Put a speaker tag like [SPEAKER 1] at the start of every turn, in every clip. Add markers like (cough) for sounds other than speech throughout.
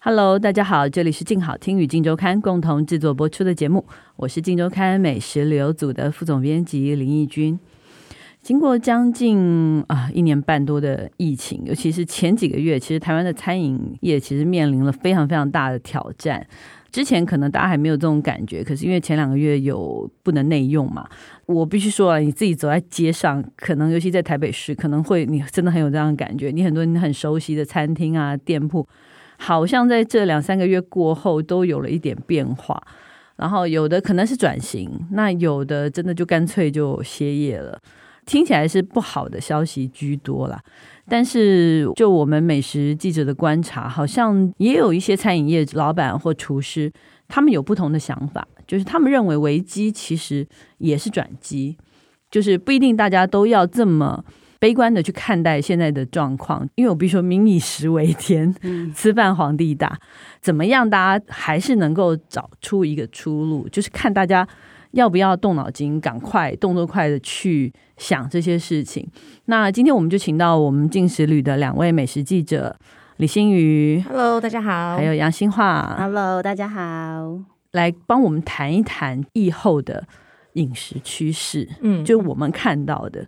[SPEAKER 1] Hello，大家好，这里是静好听与静周刊共同制作播出的节目，我是静周刊美食旅游组的副总编辑林义君。经过将近啊一年半多的疫情，尤其是前几个月，其实台湾的餐饮业其实面临了非常非常大的挑战。之前可能大家还没有这种感觉，可是因为前两个月有不能内用嘛，我必须说啊，你自己走在街上，可能尤其在台北市，可能会你真的很有这样的感觉。你很多你很熟悉的餐厅啊、店铺，好像在这两三个月过后都有了一点变化。然后有的可能是转型，那有的真的就干脆就歇业了。听起来是不好的消息居多啦，但是就我们美食记者的观察，好像也有一些餐饮业老板或厨师，他们有不同的想法，就是他们认为危机其实也是转机，就是不一定大家都要这么。悲观的去看待现在的状况，因为我必须说“民以食为天，吃饭皇帝大”，怎么样，大家还是能够找出一个出路，就是看大家要不要动脑筋，赶快动作快的去想这些事情。那今天我们就请到我们进食旅的两位美食记者李新宇，
[SPEAKER 2] Hello，大家好。
[SPEAKER 1] 还有杨新化，
[SPEAKER 2] Hello，大家好。
[SPEAKER 1] 来帮我们谈一谈疫后的饮食趋势。
[SPEAKER 2] 嗯
[SPEAKER 1] 就我们看到的。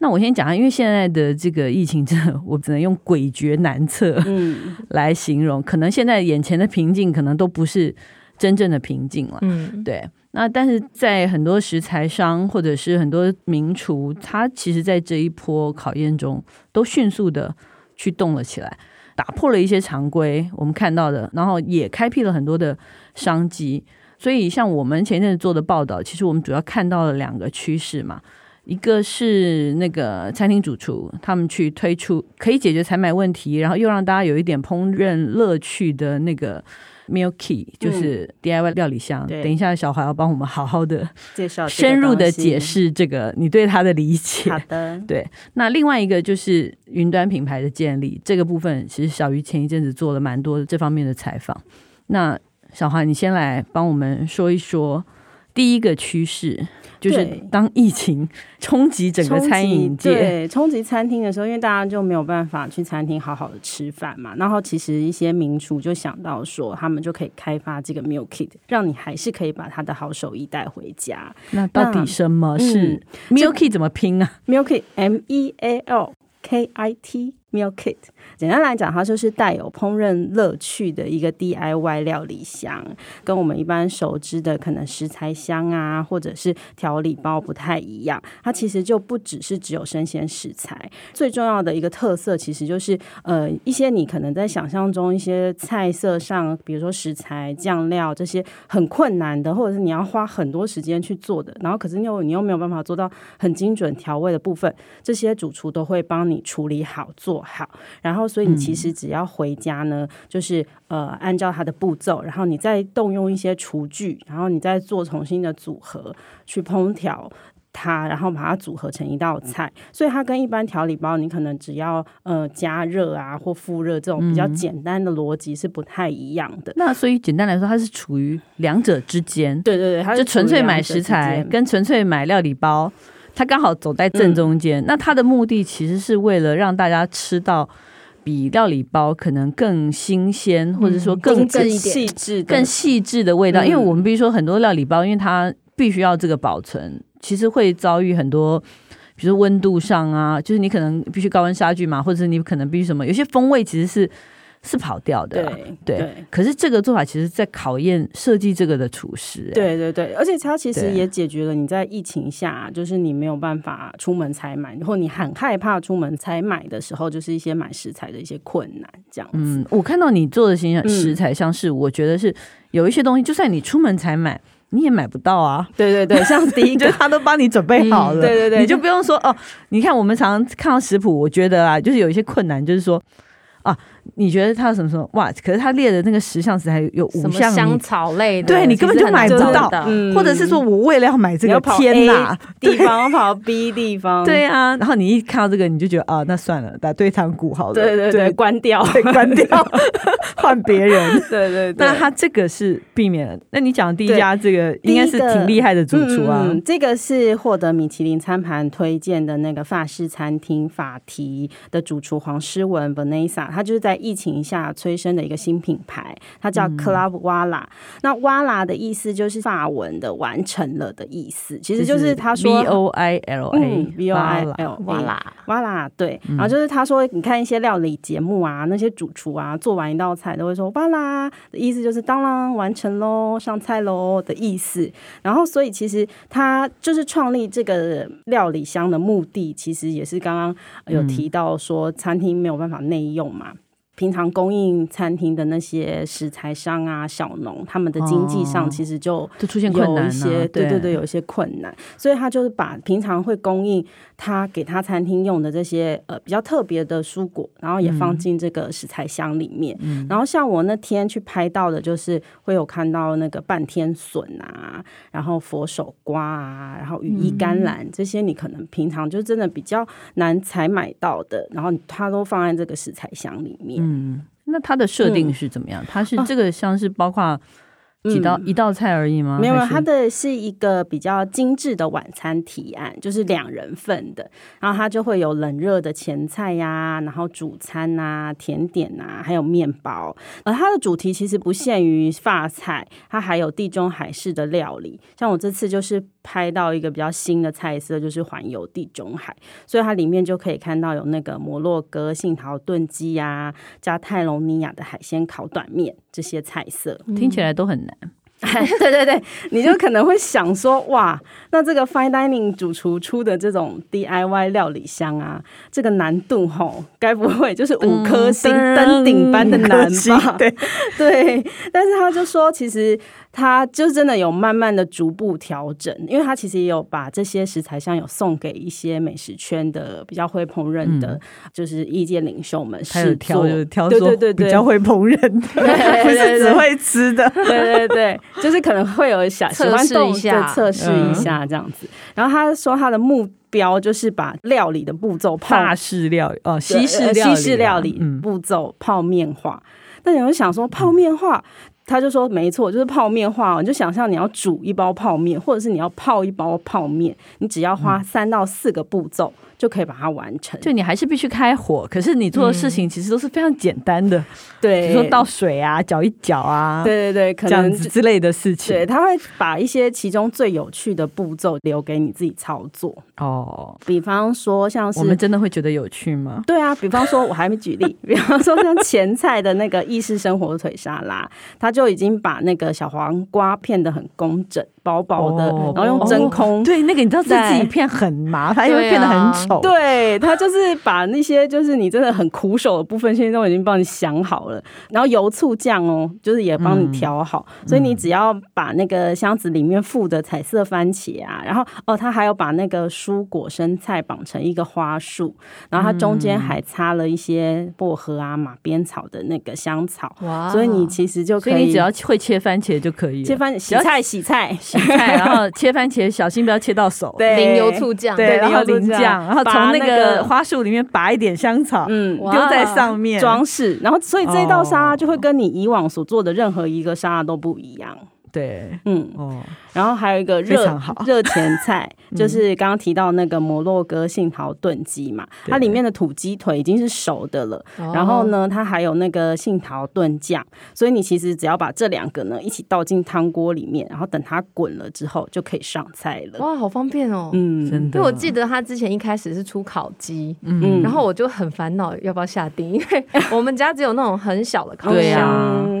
[SPEAKER 1] 那我先讲啊，因为现在的这个疫情，真的我只能用诡谲难测
[SPEAKER 2] 嗯
[SPEAKER 1] 来形容。可能现在眼前的瓶颈，可能都不是真正的瓶颈了。
[SPEAKER 2] 嗯，
[SPEAKER 1] 对，那但是在很多食材商或者是很多名厨，他其实在这一波考验中，都迅速的去动了起来，打破了一些常规我们看到的，然后也开辟了很多的商机。所以，像我们前一阵子做的报道，其实我们主要看到了两个趋势嘛，一个是那个餐厅主厨他们去推出可以解决采买问题，然后又让大家有一点烹饪乐趣的那个 meal key，就是 DIY 料理箱。
[SPEAKER 2] 嗯对
[SPEAKER 1] 等一下，小华要帮我们好好的
[SPEAKER 2] 介绍这个
[SPEAKER 1] 深入的
[SPEAKER 2] 东西
[SPEAKER 1] 解。释这个你对它的理解
[SPEAKER 2] 好。
[SPEAKER 1] (laughs)
[SPEAKER 2] 的，
[SPEAKER 1] 那另外一个就是云端品牌的建立这个部分，其实小鱼前一阵子做了蛮多这方面的采访。那小华，你先来帮我们说一说第一个趋势，就是
[SPEAKER 2] 对
[SPEAKER 1] 当疫情冲击整个
[SPEAKER 2] 冲击
[SPEAKER 1] 餐饮界，
[SPEAKER 2] 对冲击餐厅的时候，因为大家就没有办法去餐厅好好的吃饭嘛，然后其实一些名厨就想到说，他们就可以开发这个 meal kit，让你还是可以把他的好手艺带回家。
[SPEAKER 1] 那到底
[SPEAKER 2] 那
[SPEAKER 1] 什么
[SPEAKER 2] 嗯
[SPEAKER 1] 是 Milky 怎么拼啊？
[SPEAKER 2] meal kit M E A L K I T meal kit，简单来讲，它就是带有烹饪乐趣的一个 DIY 料理箱，跟我们一般熟知的可能食材箱啊，或者是调理包不太一样。它其实就不只是只有生鲜食材，最重要的一个特色其实就是呃一些你可能在想象中一些菜色上，比如说食材、酱料这些很困难的，或者是你要花很多时间去做的，然后可是你又你又没有办法做到很精准调味的部分，这些主厨都会帮你处理好、做好。然后，所以你其
[SPEAKER 1] 嗯
[SPEAKER 2] 实只要回家呢，就是呃，按照它的步骤，然后你再动用一些厨具，然后你再做重新的组合去烹调。它，然后把它组合成一道菜，所以它跟一般调理包，你可能只要呃加热啊或复热这种比
[SPEAKER 1] 嗯
[SPEAKER 2] 较简单的逻辑是不太一样的。
[SPEAKER 1] 那所以简单来说，它是处于两者之间，
[SPEAKER 2] 对对对，它
[SPEAKER 1] 就
[SPEAKER 2] 是
[SPEAKER 1] 纯粹
[SPEAKER 2] 处于
[SPEAKER 1] 买
[SPEAKER 2] 两者
[SPEAKER 1] 食
[SPEAKER 2] 之
[SPEAKER 1] 材
[SPEAKER 2] 间
[SPEAKER 1] 跟纯粹买料理包，它刚好走在
[SPEAKER 2] 嗯
[SPEAKER 1] 正中间。那它的目的其实是为了让大家吃到比料理包可能更新鲜，或者说更
[SPEAKER 2] 更
[SPEAKER 1] 更
[SPEAKER 2] 细嗯致的、
[SPEAKER 1] 更细致的味道。因为
[SPEAKER 2] 嗯
[SPEAKER 1] 我们必须说，很多料理包因为它必须要这个保存，其实会遭遇很多。比如说温度上啊，就是你可能必须高温杀菌嘛，或者是你可能必须什么，有些风味其实是是跑掉的啦。
[SPEAKER 2] 对
[SPEAKER 1] 对
[SPEAKER 2] 对
[SPEAKER 1] 可是这个做法其实在考验设计这个的厨师、欸
[SPEAKER 2] 对对对，而且它其实
[SPEAKER 1] 对
[SPEAKER 2] 也解决了你在疫情下、就是你没有办法出门采买，或你很害怕出门采买的时候，就是一些买食材的一些困难，这样子。
[SPEAKER 1] 嗯，我看到你做的形象
[SPEAKER 2] 嗯
[SPEAKER 1] 食材上是，我觉得是有一些东西，就算你出门才买，你也买不到啊。
[SPEAKER 2] (laughs) 对对对，像 (laughs) 第一
[SPEAKER 1] 就
[SPEAKER 2] 个，
[SPEAKER 1] 他都帮你准备好了，
[SPEAKER 2] 嗯对对对
[SPEAKER 1] 你就不用说哦。你看我们常常看到食谱，我觉得啊，就是有一些困难，就是说啊，你觉得它有什么什么哇？可是它列的那个十项食材有
[SPEAKER 3] 什
[SPEAKER 1] 五
[SPEAKER 3] 么
[SPEAKER 1] 项
[SPEAKER 3] 香
[SPEAKER 1] 你，
[SPEAKER 3] 草类的，
[SPEAKER 1] 对你根本
[SPEAKER 3] 其实
[SPEAKER 1] 就
[SPEAKER 3] 很
[SPEAKER 1] 买不
[SPEAKER 3] 难
[SPEAKER 1] 到
[SPEAKER 3] 的
[SPEAKER 2] 嗯
[SPEAKER 1] 或者是说我为了要买 (laughs) 这
[SPEAKER 2] 你
[SPEAKER 1] 个
[SPEAKER 2] 要，跑
[SPEAKER 1] 天
[SPEAKER 2] A
[SPEAKER 1] 哪！
[SPEAKER 2] 地方跑 B 地
[SPEAKER 1] (laughs)
[SPEAKER 2] 方，
[SPEAKER 1] 对啊，然后你一看到这个，你就觉得啊，那算了，打对堂鼓好了，
[SPEAKER 2] 对对对，关掉，
[SPEAKER 1] 对，关掉， (laughs) 换别人。
[SPEAKER 2] (laughs) 对对对。
[SPEAKER 1] 那他这个是避免了。那你讲的第一家这个应该是
[SPEAKER 2] 第一个
[SPEAKER 1] 挺厉害的主厨啊，
[SPEAKER 2] 嗯嗯嗯这个是获得米其林餐盘推荐的那个法式餐厅法提的主厨黄诗文 Vanessa，他就是在疫情下催生的一个新品牌，它叫
[SPEAKER 1] 嗯
[SPEAKER 2] Club Wala、那 Wala 的意思就是法文的完成了的意思，其实就是他说
[SPEAKER 1] V O I L A
[SPEAKER 2] 嗯 V O I L
[SPEAKER 3] 哎哇啦，嗯
[SPEAKER 2] 哇啦，对，然后就是他说，你看一些料理节目啊，那些主厨啊，做完一道菜都会说哇啦，的意思就是当啷完成喽，上菜喽的意思。然后，所以其实他就是创立这个料理箱的目的，其实也是刚刚有
[SPEAKER 3] 嗯
[SPEAKER 2] 提到说，餐厅没有办法内用嘛。平常供应餐厅的那些食材商啊、小农，他们的经济
[SPEAKER 1] 哦
[SPEAKER 2] 上其实就
[SPEAKER 1] 就出现困难、
[SPEAKER 2] 有
[SPEAKER 1] 啊、
[SPEAKER 2] 一些对对对，有一些困难，所以他就是把平常会供应他给他餐厅用的这些呃比较特别的蔬果，然后也放进这个食材箱里面。然后像我那天去拍到的，就是会有看到那个半天笋啊，然后佛手瓜啊，然后羽衣甘蓝、这些，你可能平常就真的比较难采买到的，然后它都放在这个食材箱里面。
[SPEAKER 1] 嗯。那它的设定是怎么样？它是这个像是包括几道、
[SPEAKER 2] 啊嗯
[SPEAKER 1] 一道菜而已吗？
[SPEAKER 2] 没有，啊
[SPEAKER 1] 还是
[SPEAKER 2] 它的是一个比较精致的晚餐提案，就是两人份的。然后它就会有冷热的前菜呀、然后主餐呐、甜点呐、还有面包。而它的主题其实不限于法菜，它还有地中海式的料理。像我这次就是拍到一个比较新的菜色，就是环游地中海，所以它里面就可以看到有那个摩洛哥杏桃炖鸡呀、加泰隆尼亚的海鲜烤短面这些菜色。
[SPEAKER 1] 听起来都很难。
[SPEAKER 2] (laughs) 对对对，你就可能会想说，哇，那这个 fine dining 主厨出的这种 DIY 料理箱啊，这个难度吼，该不会 (laughs) 就是五颗星
[SPEAKER 1] 嗯
[SPEAKER 2] 登顶般的难吧？
[SPEAKER 1] 对，
[SPEAKER 2] (laughs) 对，但是他就说，其实他就真的有慢慢的逐步调整，因为他其实也有把这些食材箱有送给一些美食圈的比较会烹饪的，就是意见领袖们
[SPEAKER 1] 嗯他有
[SPEAKER 2] 试
[SPEAKER 1] 挑，
[SPEAKER 2] 做，
[SPEAKER 1] 就是挑
[SPEAKER 2] 对
[SPEAKER 1] 说
[SPEAKER 2] 对对对
[SPEAKER 1] 比较会烹饪的，
[SPEAKER 2] (laughs) 对
[SPEAKER 1] 不是
[SPEAKER 2] 对
[SPEAKER 1] 只
[SPEAKER 2] 对
[SPEAKER 1] 会吃的。
[SPEAKER 2] (laughs) 对对对，就是可能会有想喜
[SPEAKER 3] 测
[SPEAKER 2] 欢
[SPEAKER 3] 试
[SPEAKER 2] 动
[SPEAKER 3] 一下
[SPEAKER 1] 嗯
[SPEAKER 2] 对测试一下这样子。然后他说他的目标就是把料理的步骤泡
[SPEAKER 1] 法式料理哦，
[SPEAKER 2] 对
[SPEAKER 1] 啊西式
[SPEAKER 2] 呃
[SPEAKER 1] 料理啊，
[SPEAKER 2] 西式料理
[SPEAKER 1] 嗯，
[SPEAKER 2] 步骤泡面化。但有人想说泡面化。他就说：“没错，就是泡面化哦。你就想象你要煮一包泡面，或者是你要泡一包泡面，你只要花三到四个步骤就可以把它完
[SPEAKER 1] 嗯
[SPEAKER 2] 成。
[SPEAKER 1] 就你还是必须开火，可是你做
[SPEAKER 2] 嗯
[SPEAKER 1] 的事情其实都是非常简单的，比
[SPEAKER 2] 对，
[SPEAKER 1] 如说倒水啊、搅一搅啊，
[SPEAKER 2] 对对对，可
[SPEAKER 1] 这样
[SPEAKER 2] 能
[SPEAKER 1] 子之类的事情。
[SPEAKER 2] 对，他会把一些其中最有趣的步骤留给你自己操作。
[SPEAKER 1] 哦，
[SPEAKER 2] 比方说像
[SPEAKER 1] 我们
[SPEAKER 2] 是。
[SPEAKER 1] 真的会觉得有趣吗？
[SPEAKER 2] 对啊，比方说，我还没举例，比方说像前菜的那个意式生火腿沙拉，它就已经把那个小黄瓜片的很工整、薄薄的，
[SPEAKER 1] 哦
[SPEAKER 2] 然后用真空。
[SPEAKER 1] 对，那个你知道自
[SPEAKER 2] 在
[SPEAKER 1] 己片很麻烦，因为
[SPEAKER 3] 对啊
[SPEAKER 1] 片得很丑。
[SPEAKER 2] 对，它就是把那些就是你真的很苦手的部分，现在都已经帮你想好了。然后油醋酱哦，就是也帮你调好，嗯所以你只要把那个箱子里面附的彩色番茄啊，然后哦，它还有把那个蔬果生菜绑成一个花束，然后它中间还插了一些薄荷啊、马鞭草的那个香草，
[SPEAKER 3] 哇
[SPEAKER 2] 所以你其实就可
[SPEAKER 1] 所以你只要
[SPEAKER 2] 以
[SPEAKER 1] 会切番茄就可以了，
[SPEAKER 2] 切番洗菜洗菜，
[SPEAKER 1] 洗菜，然后切番茄，小心不要切到手。
[SPEAKER 2] (laughs) 对
[SPEAKER 3] 淋油醋酱，
[SPEAKER 1] 对，然后
[SPEAKER 2] 淋油
[SPEAKER 1] 淋
[SPEAKER 2] 醋酱
[SPEAKER 1] 酱，然后
[SPEAKER 2] 拔
[SPEAKER 1] 从那
[SPEAKER 2] 那
[SPEAKER 1] 个
[SPEAKER 2] 个
[SPEAKER 1] 花束里面拔一点香草，
[SPEAKER 2] 嗯，
[SPEAKER 3] 哇
[SPEAKER 1] 丢在上面。
[SPEAKER 2] 装饰，然后所以这道沙
[SPEAKER 1] 哦
[SPEAKER 2] 拉就会跟你以往所做的任何一个沙拉都不一样。
[SPEAKER 1] 对，
[SPEAKER 2] 嗯，
[SPEAKER 1] 哦，
[SPEAKER 2] 然后还有一个
[SPEAKER 1] 非
[SPEAKER 2] 热
[SPEAKER 1] 常好
[SPEAKER 2] (laughs) 热前菜，就是刚刚提到那个摩洛哥杏桃炖鸡嘛，它
[SPEAKER 1] 对
[SPEAKER 2] 里面的土鸡腿已经是熟的了，
[SPEAKER 3] 哦
[SPEAKER 2] 然后呢，它还有那个杏桃炖酱，所以你其实只要把这两个呢一起倒进汤锅里面，然后等它滚了之后就可以上菜了。
[SPEAKER 3] 哇，好方便哦。
[SPEAKER 2] 嗯，
[SPEAKER 1] 真的。
[SPEAKER 3] 因为我记得他之前一开始是出烤鸡，
[SPEAKER 2] 嗯
[SPEAKER 3] 然后我就很烦恼要不要下定，因
[SPEAKER 1] (laughs)
[SPEAKER 3] 为我们家只有那种很小的烤
[SPEAKER 1] 对
[SPEAKER 3] 箱，
[SPEAKER 2] 嗯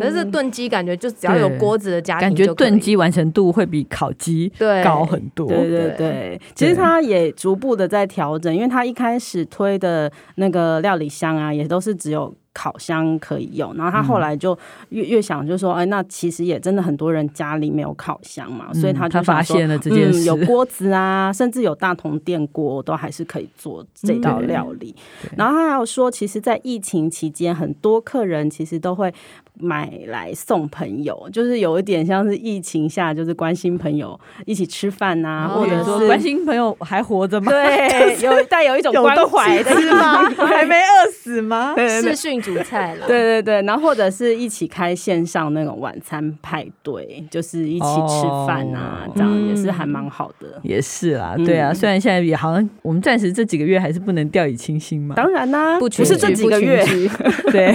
[SPEAKER 1] 啊
[SPEAKER 3] 可是炖鸡感觉就只要有锅子的家庭
[SPEAKER 1] 感觉
[SPEAKER 3] 就可以
[SPEAKER 1] 炖鸡完成度会比烤鸡
[SPEAKER 3] 对
[SPEAKER 1] 高 (laughs) 很多。
[SPEAKER 2] 对对
[SPEAKER 3] 对
[SPEAKER 2] 对，其实他也逐步的在调整，因为他一开始推的那个料理箱啊，也都是只有烤箱可以用。然后他
[SPEAKER 1] 嗯
[SPEAKER 2] 后来就越越想，就说，哎，那其实也真的很多人家里没有烤箱嘛，所以他
[SPEAKER 1] 嗯
[SPEAKER 2] 就
[SPEAKER 1] 他发
[SPEAKER 2] 想说
[SPEAKER 1] 现了这件事 (laughs)
[SPEAKER 2] 嗯，有锅子啊，甚至有大铜电锅，都还是可以做这道料理。
[SPEAKER 1] 对
[SPEAKER 2] 然后他还有说，其实，在疫情期间，很多客人其实都会买来送朋友，就是有一点像是疫情下，就是关心朋友一起吃饭啊，
[SPEAKER 3] 哦
[SPEAKER 2] 或者
[SPEAKER 1] 说
[SPEAKER 2] 是
[SPEAKER 1] 关心朋友还活着
[SPEAKER 2] (laughs)
[SPEAKER 1] 吗？
[SPEAKER 2] 对，有带有一种
[SPEAKER 1] (laughs) 有
[SPEAKER 2] 关
[SPEAKER 1] 东
[SPEAKER 2] 怀
[SPEAKER 1] 西
[SPEAKER 2] 的
[SPEAKER 1] 吃吗？还没饿死吗？
[SPEAKER 2] 对对对
[SPEAKER 3] 视讯煮菜了，
[SPEAKER 2] 对对对，然后或者是一起开线上那种晚餐派对，就是一起吃饭啊，
[SPEAKER 1] 哦
[SPEAKER 2] 这样也是
[SPEAKER 3] 嗯
[SPEAKER 2] 还蛮好的。
[SPEAKER 1] 也是啦，对啊，
[SPEAKER 2] 嗯
[SPEAKER 1] 虽然现在也好像我们暂时这几个月还是不能掉以轻心嘛，
[SPEAKER 2] 当然啦、
[SPEAKER 3] 不
[SPEAKER 2] 不
[SPEAKER 3] 群
[SPEAKER 2] 是
[SPEAKER 3] 聚
[SPEAKER 2] 这几个月，
[SPEAKER 3] 不
[SPEAKER 1] (laughs)
[SPEAKER 3] 群聚
[SPEAKER 1] 对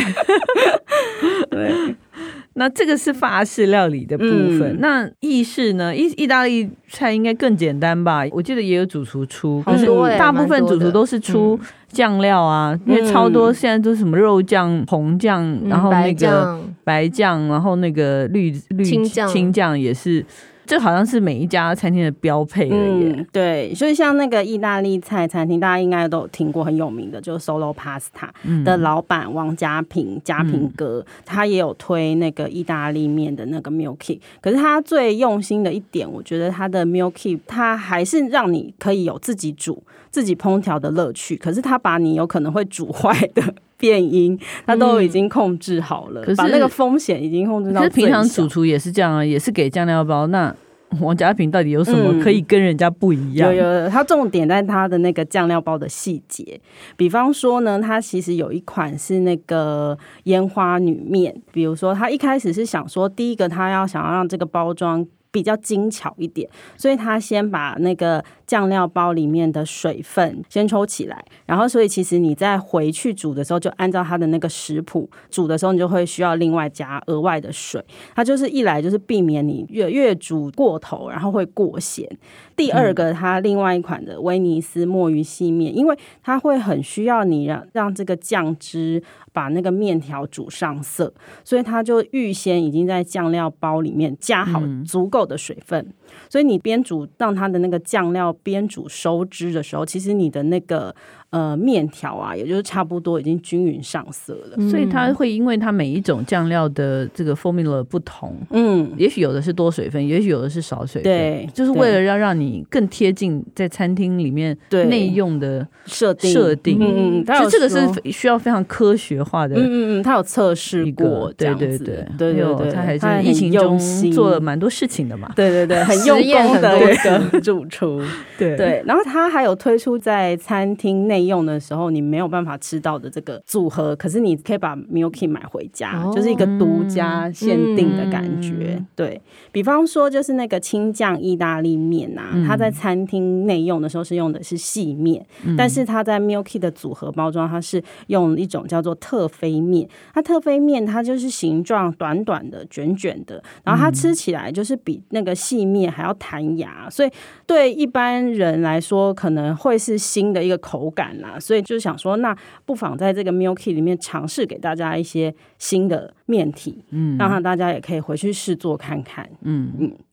[SPEAKER 1] 对。那这个是法式料理的部分，
[SPEAKER 2] 嗯
[SPEAKER 1] 那意式呢？意意大利菜应该更简单吧？我记得也有主厨出，
[SPEAKER 3] 好
[SPEAKER 1] 可
[SPEAKER 3] 多
[SPEAKER 1] 是
[SPEAKER 3] 欸
[SPEAKER 1] 大部分主厨都是出酱料啊，因为超多
[SPEAKER 2] 嗯
[SPEAKER 1] 现在都是什么肉酱、红酱，
[SPEAKER 3] 嗯
[SPEAKER 1] 然后那个 (laughs)
[SPEAKER 3] 白酱
[SPEAKER 1] 白酱，然后那个绿绿
[SPEAKER 3] 青酱
[SPEAKER 1] 青酱也是，这好像是每一家餐厅的标配欸了耶。
[SPEAKER 2] 嗯，对，所以像那个意大利菜餐厅，大家应该都有听过，很有名的，就是 Solo Pasta
[SPEAKER 1] 嗯
[SPEAKER 2] 的老板王家平，家平哥，他也有推那个意大利面的那个 Milky。可是他最用心的一点，我觉得他的 Milky，他还是让你可以有自己煮、自己烹调的乐趣。可是他把你有可能会煮坏的变音，他都已经控制好了，
[SPEAKER 1] 嗯可是
[SPEAKER 2] 把那个风险已经控制到
[SPEAKER 1] 可是
[SPEAKER 2] 最小。
[SPEAKER 1] 平常主厨也是这样啊，也是给酱料包。那王家平到底有什么
[SPEAKER 2] 嗯
[SPEAKER 1] 可以跟人家不一样？
[SPEAKER 2] 有有有，它重点在它的那个酱料包的细节，比方说呢，它其实有一款是那个烟花女面，比如说它一开始是想说，第一个它要想要让这个包装。比较精巧一点，所以它先把那个酱料包里面的水分先抽起来，然后所以其实你在回去煮的时候，就按照它的那个食谱煮的时候，你就会需要另外加额外的水。它就是一来就是避免你越越煮过头，然后会过咸，第二个，它另外一款的威尼斯墨鱼细面，因为它会很需要你让让这个酱汁把那个面条煮上色，所以它就预先已经在酱料包里面加好足够的水分，所以你边煮让它的那个酱料边煮收汁的时候，其实你的那个呃面条啊，也就是差不多已经均匀上色了。
[SPEAKER 1] 所以
[SPEAKER 2] 嗯
[SPEAKER 1] 它会因为它每一种酱料的这个 formula 不同，
[SPEAKER 2] 嗯，
[SPEAKER 1] 也许有的是多水分，也许有的是少水分，
[SPEAKER 2] 对
[SPEAKER 1] 就是为了要让你更贴近在餐厅里面
[SPEAKER 2] 对
[SPEAKER 1] 内用的
[SPEAKER 2] 设定
[SPEAKER 1] 设定。
[SPEAKER 2] 嗯嗯，它
[SPEAKER 1] 所以
[SPEAKER 2] 有
[SPEAKER 1] 这个
[SPEAKER 2] 说
[SPEAKER 1] 是需要非常科学化的
[SPEAKER 2] 嗯嗯嗯，他有测试
[SPEAKER 1] 一个，，
[SPEAKER 2] 过这
[SPEAKER 1] 对
[SPEAKER 2] 样
[SPEAKER 1] 对
[SPEAKER 2] 子，
[SPEAKER 1] 对
[SPEAKER 2] 对
[SPEAKER 1] 哎呦
[SPEAKER 2] 对对，
[SPEAKER 1] 他还
[SPEAKER 2] 他
[SPEAKER 1] 在疫情
[SPEAKER 2] 很用
[SPEAKER 1] 中
[SPEAKER 2] 心
[SPEAKER 1] 做了，蛮多事情的嘛，
[SPEAKER 2] 对对对，很用
[SPEAKER 3] 实验
[SPEAKER 2] 功
[SPEAKER 3] 很
[SPEAKER 2] 的
[SPEAKER 3] 多
[SPEAKER 2] 一 (laughs) 个主厨，
[SPEAKER 1] 对
[SPEAKER 2] 对。然后他还有推出在餐厅内用的时候你没有办法吃到的这个组合，可是你可以把 Milky 买回家，
[SPEAKER 3] 哦
[SPEAKER 2] 就是一个独家限定的感觉。对比方说，就是那个青酱意大利面啊，它在餐厅内用的时候是用的是细面，但是它在 Milky 的组合包装，它是用一种叫做特菲面。它特菲面它就是形状短短的、卷卷的，然后它吃起来就是比那个细面还要弹牙，所以对一般人来说可能会是新的一个口感啦。所以就想说，那不妨在这个 Milky 里面尝试给大家一些新的面体，嗯，让大家也可以回去试做看看。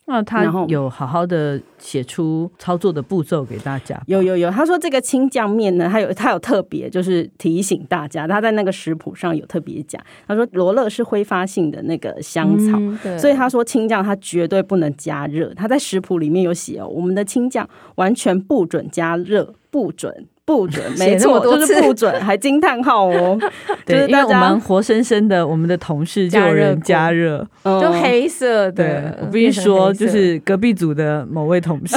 [SPEAKER 1] 那他
[SPEAKER 2] 然后
[SPEAKER 1] 有好好的写出操作的步骤给大家，
[SPEAKER 2] 有有有，他说这个青酱面呢，他有他有特别就是提醒大家，他在那个食谱上有特别讲，他说罗勒是挥发性的那个香草。
[SPEAKER 3] 嗯对
[SPEAKER 2] 所以他说青酱它绝对不能加热，他在食谱里面有写哦，我们的青酱完全不准加热，不准。不准，
[SPEAKER 3] 写
[SPEAKER 2] 没
[SPEAKER 3] 那么
[SPEAKER 2] 错，
[SPEAKER 3] 多
[SPEAKER 2] 就
[SPEAKER 3] 次
[SPEAKER 2] 是不准，还惊叹号哦，就是
[SPEAKER 1] 因为
[SPEAKER 2] 大
[SPEAKER 1] 我
[SPEAKER 2] 家
[SPEAKER 1] 们活生生的我们的同事就
[SPEAKER 3] 加
[SPEAKER 1] 有
[SPEAKER 3] 热
[SPEAKER 1] 人
[SPEAKER 3] 过
[SPEAKER 1] 加热，
[SPEAKER 2] 嗯
[SPEAKER 3] 就黑色
[SPEAKER 1] 对
[SPEAKER 3] 的，
[SPEAKER 1] 我必须说，
[SPEAKER 3] 变
[SPEAKER 1] 就
[SPEAKER 3] 成黑色
[SPEAKER 1] 是 (laughs) 隔壁组的某位同
[SPEAKER 2] (laughs)
[SPEAKER 1] 事，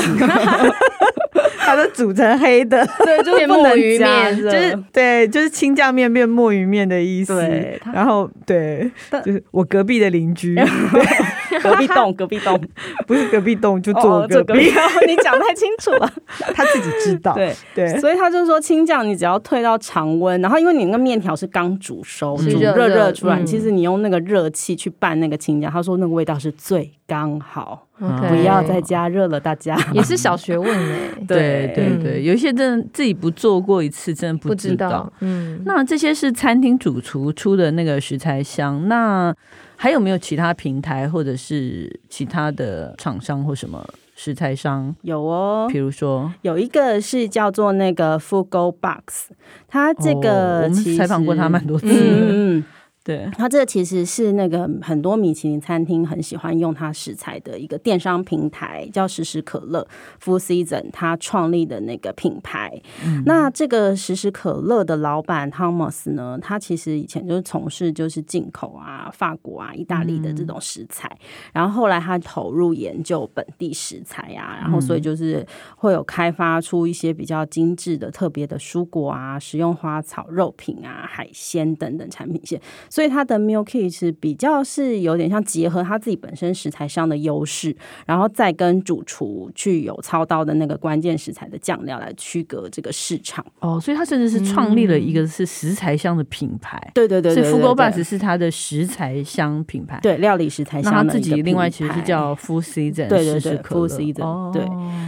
[SPEAKER 1] 他都煮成黑的，
[SPEAKER 2] 对，就是
[SPEAKER 3] 变
[SPEAKER 2] 不
[SPEAKER 3] 墨
[SPEAKER 2] 能
[SPEAKER 3] 鱼
[SPEAKER 2] 加
[SPEAKER 3] 面
[SPEAKER 2] 热，
[SPEAKER 1] 就是对，就是青酱面变墨鱼面的意思。
[SPEAKER 2] 对他
[SPEAKER 1] 然后对，
[SPEAKER 2] 但
[SPEAKER 1] 就是我隔壁的邻
[SPEAKER 2] (laughs)
[SPEAKER 1] 居，
[SPEAKER 2] (laughs) 隔壁栋，隔壁栋，
[SPEAKER 1] 不是隔壁栋，就
[SPEAKER 2] 哦
[SPEAKER 1] 坐
[SPEAKER 2] 哦这
[SPEAKER 1] 隔
[SPEAKER 2] 隔
[SPEAKER 1] 壁，
[SPEAKER 2] 壁， (laughs) 你讲太清楚了，
[SPEAKER 1] 他自己知道。
[SPEAKER 2] 对。
[SPEAKER 1] 对，
[SPEAKER 2] 所以他就说青酱你只要退到常温，然后因为你那个面条是刚煮熟，
[SPEAKER 3] 是
[SPEAKER 2] 煮
[SPEAKER 3] 热
[SPEAKER 2] 热
[SPEAKER 3] 热
[SPEAKER 2] 热出来，
[SPEAKER 3] 嗯
[SPEAKER 2] 其实你用那个热气去拌那个青酱，他说那个味道是最刚好，
[SPEAKER 3] OK
[SPEAKER 2] 不要再加热了，大家。
[SPEAKER 3] 也是小学问哎，
[SPEAKER 1] 对
[SPEAKER 2] 对
[SPEAKER 1] 对
[SPEAKER 3] 嗯
[SPEAKER 1] 对，有一些真的自己不做过一次，真的
[SPEAKER 3] 不
[SPEAKER 1] 知
[SPEAKER 3] 知
[SPEAKER 1] 道
[SPEAKER 3] 道。，嗯，
[SPEAKER 1] 那这些是餐厅主厨出的那个食材箱，那还有没有其他平台或者是其他的厂商或什么食材商？
[SPEAKER 2] 有哦
[SPEAKER 1] 比。如说，
[SPEAKER 2] 有一个是叫做那个 Fugo Box，它这个、
[SPEAKER 1] 哦我们采访过他蛮。多次
[SPEAKER 2] 嗯
[SPEAKER 1] 的，
[SPEAKER 2] 嗯嗯，
[SPEAKER 1] 对，
[SPEAKER 2] 它这其实是那个很多米其林餐厅很喜欢用它食材的一个电商平台，叫时时可乐 （Full Season），它创立的那个品牌。那这个时时可乐的老板 Thomas 呢，他其实以前就是从事就是进口啊、法国啊、意大利的这种食材，然后后来他投入研究本地食材啊，然后所以就是会有开发出一些比较精致的、特别的蔬果啊、食用花草、肉品啊、海鲜等等产品线。所以它的 milky 是比较是有点像结合它自己本身食材上的优势，然后再跟主厨去有操刀的那个关键食材的酱料来区隔这个市场。
[SPEAKER 1] 哦，所以他甚至是创立了一个是食材箱的品牌，
[SPEAKER 2] 对对对
[SPEAKER 1] 所以
[SPEAKER 2] 对
[SPEAKER 1] f u
[SPEAKER 2] 对
[SPEAKER 1] g o
[SPEAKER 2] 对
[SPEAKER 1] Bus 是他的食材箱品牌。
[SPEAKER 2] 对料理食材
[SPEAKER 1] 那
[SPEAKER 2] 上
[SPEAKER 1] 他
[SPEAKER 2] 的
[SPEAKER 1] 自
[SPEAKER 2] 一个
[SPEAKER 1] 己另外其
[SPEAKER 2] 品
[SPEAKER 1] 实是
[SPEAKER 2] 牌
[SPEAKER 1] 叫 Full Season，
[SPEAKER 2] 对对
[SPEAKER 1] 时时
[SPEAKER 2] 对
[SPEAKER 1] 可乐
[SPEAKER 2] Full Season，
[SPEAKER 1] 哦
[SPEAKER 2] 对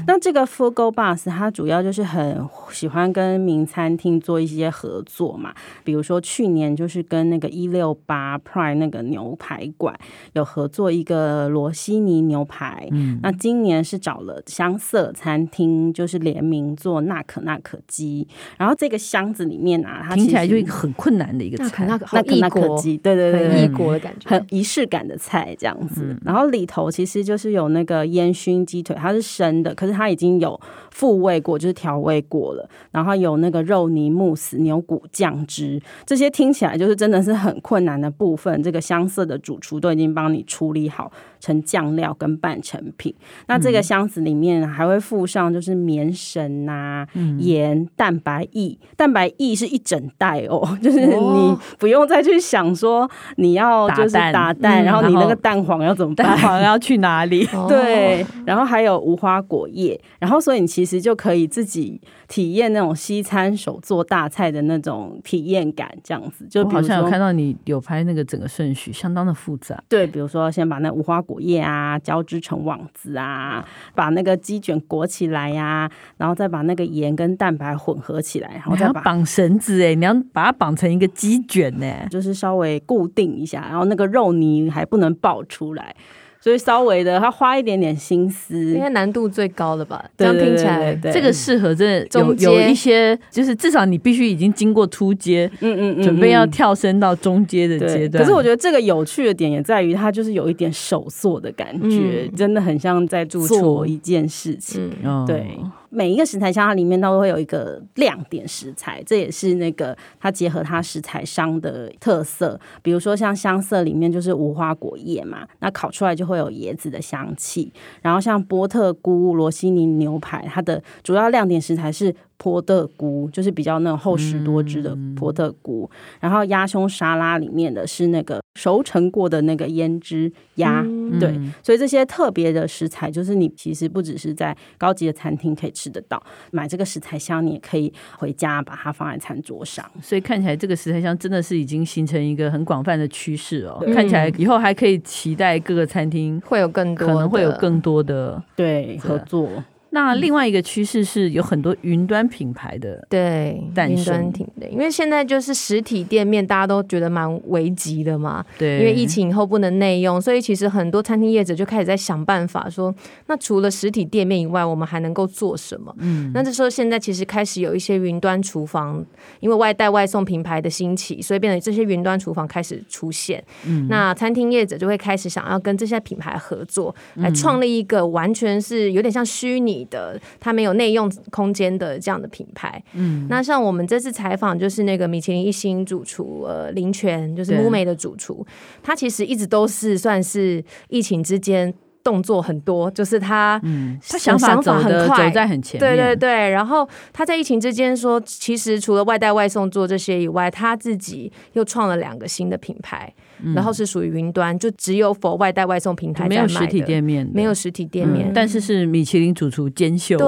[SPEAKER 2] 那这个 Fugo Bus 它主要就是很喜欢跟名餐厅做一些合作嘛，比如说去年就是跟那个一六八 Prime 那个牛排馆有合作一个罗西尼牛排，
[SPEAKER 3] 嗯
[SPEAKER 2] 那今年是找了香色餐厅，就是联名做纳可纳可鸡，然后这个箱子里面啊，它
[SPEAKER 1] 听
[SPEAKER 2] 其
[SPEAKER 1] 起来
[SPEAKER 2] 实
[SPEAKER 1] 就很困难的一个啊
[SPEAKER 3] 那可
[SPEAKER 1] 菜。
[SPEAKER 3] 那个好
[SPEAKER 2] 纳可
[SPEAKER 3] 异
[SPEAKER 2] 纳可
[SPEAKER 3] 国，
[SPEAKER 2] 鸡，对对对对
[SPEAKER 3] 很
[SPEAKER 2] 对
[SPEAKER 3] 异国的感觉，嗯
[SPEAKER 2] 很仪式感的菜这样子。然后里头其实就是有那个烟熏鸡腿，它是生的，可是它已经有复味过，就是调味过了。然后有那个肉泥慕斯、牛骨酱汁，这些听起来就是真的是很困难的部分。这个香色的主厨都已经帮你处理好成酱料跟半成品。那
[SPEAKER 1] 嗯
[SPEAKER 2] 这个箱子里面还会附上就是棉绳啊、
[SPEAKER 1] 嗯
[SPEAKER 2] 盐、蛋白液，蛋白液是一整袋哦，就是你
[SPEAKER 3] 哦
[SPEAKER 2] 不用再去想说你要就是
[SPEAKER 1] 打蛋
[SPEAKER 2] 打蛋，
[SPEAKER 1] 嗯
[SPEAKER 2] 然后你
[SPEAKER 1] 然后
[SPEAKER 2] 那个蛋黄要怎么
[SPEAKER 1] 蛋
[SPEAKER 2] 办？
[SPEAKER 1] 黄要去哪 (laughs) 里？
[SPEAKER 3] 哦
[SPEAKER 2] (laughs) 对，然后还有无花果叶，然后所以你其实就可以自己体验那种西餐手做大菜的那种体验感，这样子就
[SPEAKER 1] 我
[SPEAKER 2] 比
[SPEAKER 1] 好
[SPEAKER 2] 如
[SPEAKER 1] 像有
[SPEAKER 2] 说
[SPEAKER 1] 看到你有拍那个整个顺序，相当的复杂。
[SPEAKER 2] 对，比如说先把那无花果叶啊交织成网子啊，把那个鸡卷裹起来呀、然后再把那个盐跟蛋白混合起来，然后
[SPEAKER 1] 你
[SPEAKER 2] 再
[SPEAKER 1] 要
[SPEAKER 2] 把。
[SPEAKER 1] 绑绳子哎，你要把它绑成一个鸡卷欸呢、
[SPEAKER 2] 就是稍微固定一下，然后那个肉泥还不能爆出来，所以稍微的它花一点点心思
[SPEAKER 3] 应。该难度最高的吧？这
[SPEAKER 2] 对
[SPEAKER 3] 样
[SPEAKER 2] 对对
[SPEAKER 3] 听起来
[SPEAKER 2] 对 (laughs) 对
[SPEAKER 1] 这个适合真的有
[SPEAKER 3] 中阶
[SPEAKER 1] 有一些，就是至少你必须已经经过突阶，
[SPEAKER 2] 嗯嗯嗯，
[SPEAKER 1] 准备要
[SPEAKER 2] 嗯
[SPEAKER 1] 跳升到中阶的阶
[SPEAKER 2] 对，
[SPEAKER 1] 段。
[SPEAKER 2] 可是我觉得这个有趣的点也在于，它就是有一点手做的感觉，
[SPEAKER 1] 嗯
[SPEAKER 2] 真的很像在
[SPEAKER 1] 主厨
[SPEAKER 2] 做一件事情。
[SPEAKER 3] 嗯，
[SPEAKER 1] 哦
[SPEAKER 2] 对，每一个食材箱它里面都会有一个亮点食材，这也是那个它结合它食材商的特色。比如说像香色里面就是无花果叶嘛，那烤出来就会有椰子的香气。然后像波特菇、罗西尼牛排，它的主要亮点食材是。波特菇就是比较那种厚实多汁的
[SPEAKER 3] 嗯
[SPEAKER 2] 波特菇，然后鸭胸沙拉里面的是那个熟成过的那个胭脂鸭，
[SPEAKER 3] 嗯
[SPEAKER 2] 对，所以这些特别的食材，就是你其实不只是在高级的餐厅可以吃得到，买这个食材箱，你也可以回家把它放在餐桌上。
[SPEAKER 1] 所以看起来这个食材箱真的是已经形成一个很广泛的趋势哦。
[SPEAKER 2] 嗯
[SPEAKER 1] 看起来以后还可以期待各个餐厅
[SPEAKER 3] 会有更多
[SPEAKER 1] 可
[SPEAKER 3] 的，
[SPEAKER 1] 能会有更多的。
[SPEAKER 2] 对，
[SPEAKER 1] 合
[SPEAKER 2] 合作。
[SPEAKER 3] 嗯
[SPEAKER 1] 那另外一个趋势是有很多云端品牌的，
[SPEAKER 3] 对
[SPEAKER 1] 诞
[SPEAKER 3] 云
[SPEAKER 1] 生
[SPEAKER 3] 端挺的，因为现在就是实体店面，大家都觉得蛮危急的嘛，
[SPEAKER 1] 对，
[SPEAKER 3] 因为疫情以后不能内用，所以其实很多餐厅业者就开始在想办法说，那除了实体店面以外，我们还能够做什么？嗯，那这时候现在其实开始有一些云端厨房，因为外带外送品牌的兴起，所以变得这些云端厨房开始出现。嗯，那餐厅业者就会开始想要跟这些品牌合作，来创立一个完全是有点像虚拟的，它没有内用空间的这样的品牌。嗯，那像我们这次采访就是那个米其林一星主厨呃林泉，就是
[SPEAKER 1] 对
[SPEAKER 3] 木美的主厨，他其实一直都是算是疫情之间动作很多，就是他
[SPEAKER 1] 嗯，他想法
[SPEAKER 3] 想
[SPEAKER 1] 走
[SPEAKER 3] 法
[SPEAKER 1] 的
[SPEAKER 3] 很快
[SPEAKER 1] 走在很前面，
[SPEAKER 3] 对对对，然后他在疫情之间说，其实除了外带外送做这些以外，他自己又创了两个新的品牌，然后是属于云端，就只有否外带外送平台
[SPEAKER 1] 嗯没
[SPEAKER 3] 在
[SPEAKER 1] 有
[SPEAKER 3] 卖
[SPEAKER 1] 实体
[SPEAKER 3] 的
[SPEAKER 1] 店面的，
[SPEAKER 3] 没有实体店
[SPEAKER 1] 嗯
[SPEAKER 3] 面，
[SPEAKER 1] 但是是米其林主厨兼修，
[SPEAKER 3] 对，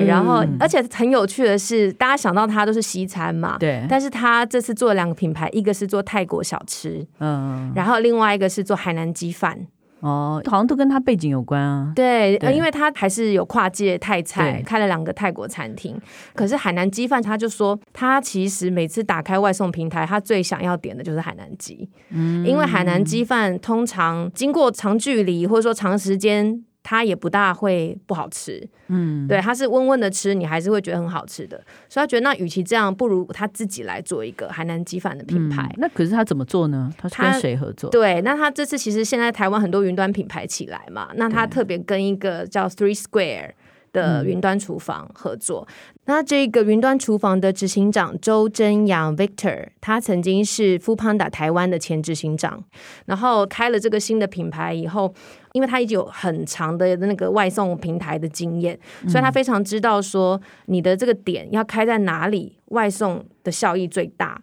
[SPEAKER 3] 啊然后、
[SPEAKER 1] 嗯
[SPEAKER 3] 而且很有趣的是，大家想到它都是西餐嘛，
[SPEAKER 1] 对
[SPEAKER 3] 但是他这次做了两个品牌，一个是做泰国小吃，
[SPEAKER 1] 嗯，
[SPEAKER 3] 然后另外一个是做海南鸡饭，
[SPEAKER 1] 哦，好像都跟他背景有关啊，
[SPEAKER 3] 对，呃
[SPEAKER 1] 对
[SPEAKER 3] 因为他还是有跨界泰
[SPEAKER 1] 对
[SPEAKER 3] 菜，开了两个泰国餐厅。可是海南鸡饭，他就说他其实每次打开外送平台，他最想要点的就是海南
[SPEAKER 1] 嗯
[SPEAKER 3] 鸡，因为海南鸡饭通常经过长距离或者说长时间。它也不大会不好吃。嗯，对，它是温温的吃，你还是会觉得很好吃的。所以他觉得，那与其这样，不如他自己来做一个海南鸡饭的品牌。
[SPEAKER 1] 嗯那可是他怎么做呢？他是跟
[SPEAKER 3] 他
[SPEAKER 1] 谁合作？
[SPEAKER 3] 对，那他这次其实现在台湾很多云端品牌起来嘛，那他特别跟一个叫 Three Square 的云端厨房合作。那这个云端厨房的执行长周真阳 Victor，他曾经是 f o o Panda 台湾的前执行长，然后开了这个新的品牌以后。因为他已经有很长的那个外送平台的经验，所以他非常知道说你的这个点要开在哪里，外送的效益最大。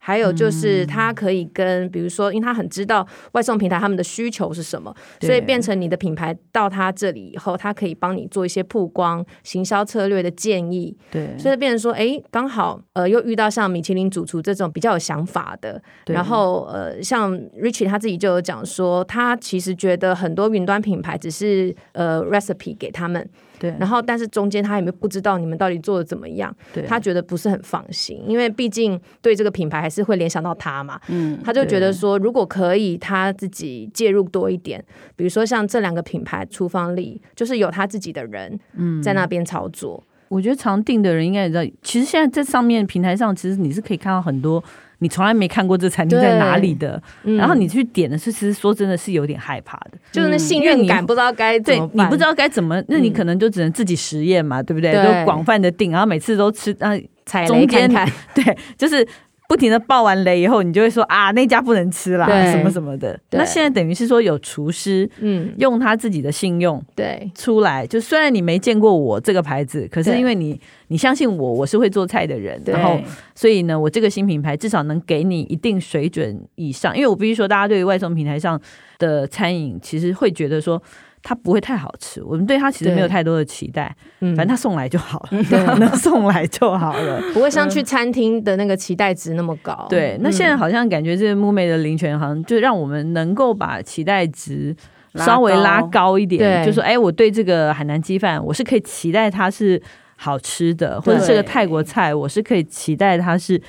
[SPEAKER 3] 还有就是，他可以跟，比如说，因为他很知道外送平台他们的需求是什么，
[SPEAKER 1] 对
[SPEAKER 3] 所以变成你的品牌到他这里以后，他可以帮你做一些曝光、行销策略的建议，
[SPEAKER 1] 对，
[SPEAKER 3] 所以变成说，哎，刚好呃又遇到像米其林主厨这种比较有想法的，
[SPEAKER 1] 对
[SPEAKER 3] 然后呃像 Richie 他自己就有讲说，他其实觉得很多云端品牌只是呃 recipe 给他们，
[SPEAKER 1] 对，
[SPEAKER 3] 然后但是中间他也没不知道你们到底做的怎么样。
[SPEAKER 1] 对
[SPEAKER 3] 他觉得不是很放心，因为毕竟对这个品牌还是会联想到他嘛。嗯，他就觉得说，如果可以，他自己介入多一点，比如说像这两个品牌厨房里，就是有他自己的人，嗯，在那边操作。
[SPEAKER 1] 我觉得常订的人应该也知道，其实现在在上面平台上，其实你是可以看到很多你从来没看过这餐厅在哪里的，
[SPEAKER 3] 嗯
[SPEAKER 1] 然后你去点的时候，其实说真的是有点害怕的，
[SPEAKER 3] 就是那
[SPEAKER 1] 嗯
[SPEAKER 3] 信
[SPEAKER 1] 因为
[SPEAKER 3] 任
[SPEAKER 1] 你
[SPEAKER 3] 感，不知道该怎
[SPEAKER 1] 对
[SPEAKER 3] 么
[SPEAKER 1] 你
[SPEAKER 3] 办嗯
[SPEAKER 1] 不知道该怎么，那你可能就只能自己实验嘛，对不对？
[SPEAKER 3] 对
[SPEAKER 1] 都广泛的订，然后每次都吃，啊，
[SPEAKER 3] 踩雷
[SPEAKER 1] 中
[SPEAKER 3] 看
[SPEAKER 1] 间
[SPEAKER 3] 看，
[SPEAKER 1] 对，就是不停的爆完雷以后，你就会说啊，那家不能吃啦，
[SPEAKER 3] 对
[SPEAKER 1] 什么什么的。
[SPEAKER 3] 对
[SPEAKER 1] 那现在等于是说有厨师
[SPEAKER 3] 嗯，
[SPEAKER 1] 用他自己的信用
[SPEAKER 3] 对
[SPEAKER 1] 出来，就虽然你没见过我这个牌子，可是
[SPEAKER 3] 对
[SPEAKER 1] 因为你你相信我，我是会做菜的人，
[SPEAKER 3] 对
[SPEAKER 1] 然后所以呢，我这个新品牌至少能给你一定水准以上，因为我必须说，大家对于外送平台上的餐饮其实会觉得说。它不会太好吃，我们对它其实没有
[SPEAKER 3] 对
[SPEAKER 1] 太多的期待，
[SPEAKER 3] 嗯
[SPEAKER 1] 反正它送来就好 (laughs) 了，
[SPEAKER 3] 对
[SPEAKER 1] 能送来就好了。
[SPEAKER 3] 不会像去餐厅的那个期待值那么高。
[SPEAKER 1] 嗯对，那
[SPEAKER 3] 嗯
[SPEAKER 1] 现在好像感觉这个木妹的林权，好像就让我们能够把期待值
[SPEAKER 2] 拉
[SPEAKER 1] 稍微拉
[SPEAKER 2] 高
[SPEAKER 1] 高一点，
[SPEAKER 3] 对
[SPEAKER 1] 就说哎，我对这个海南鸡饭，我是可以期待它是好吃的，或者
[SPEAKER 3] 对
[SPEAKER 1] 这个泰国菜，我是可以期待它是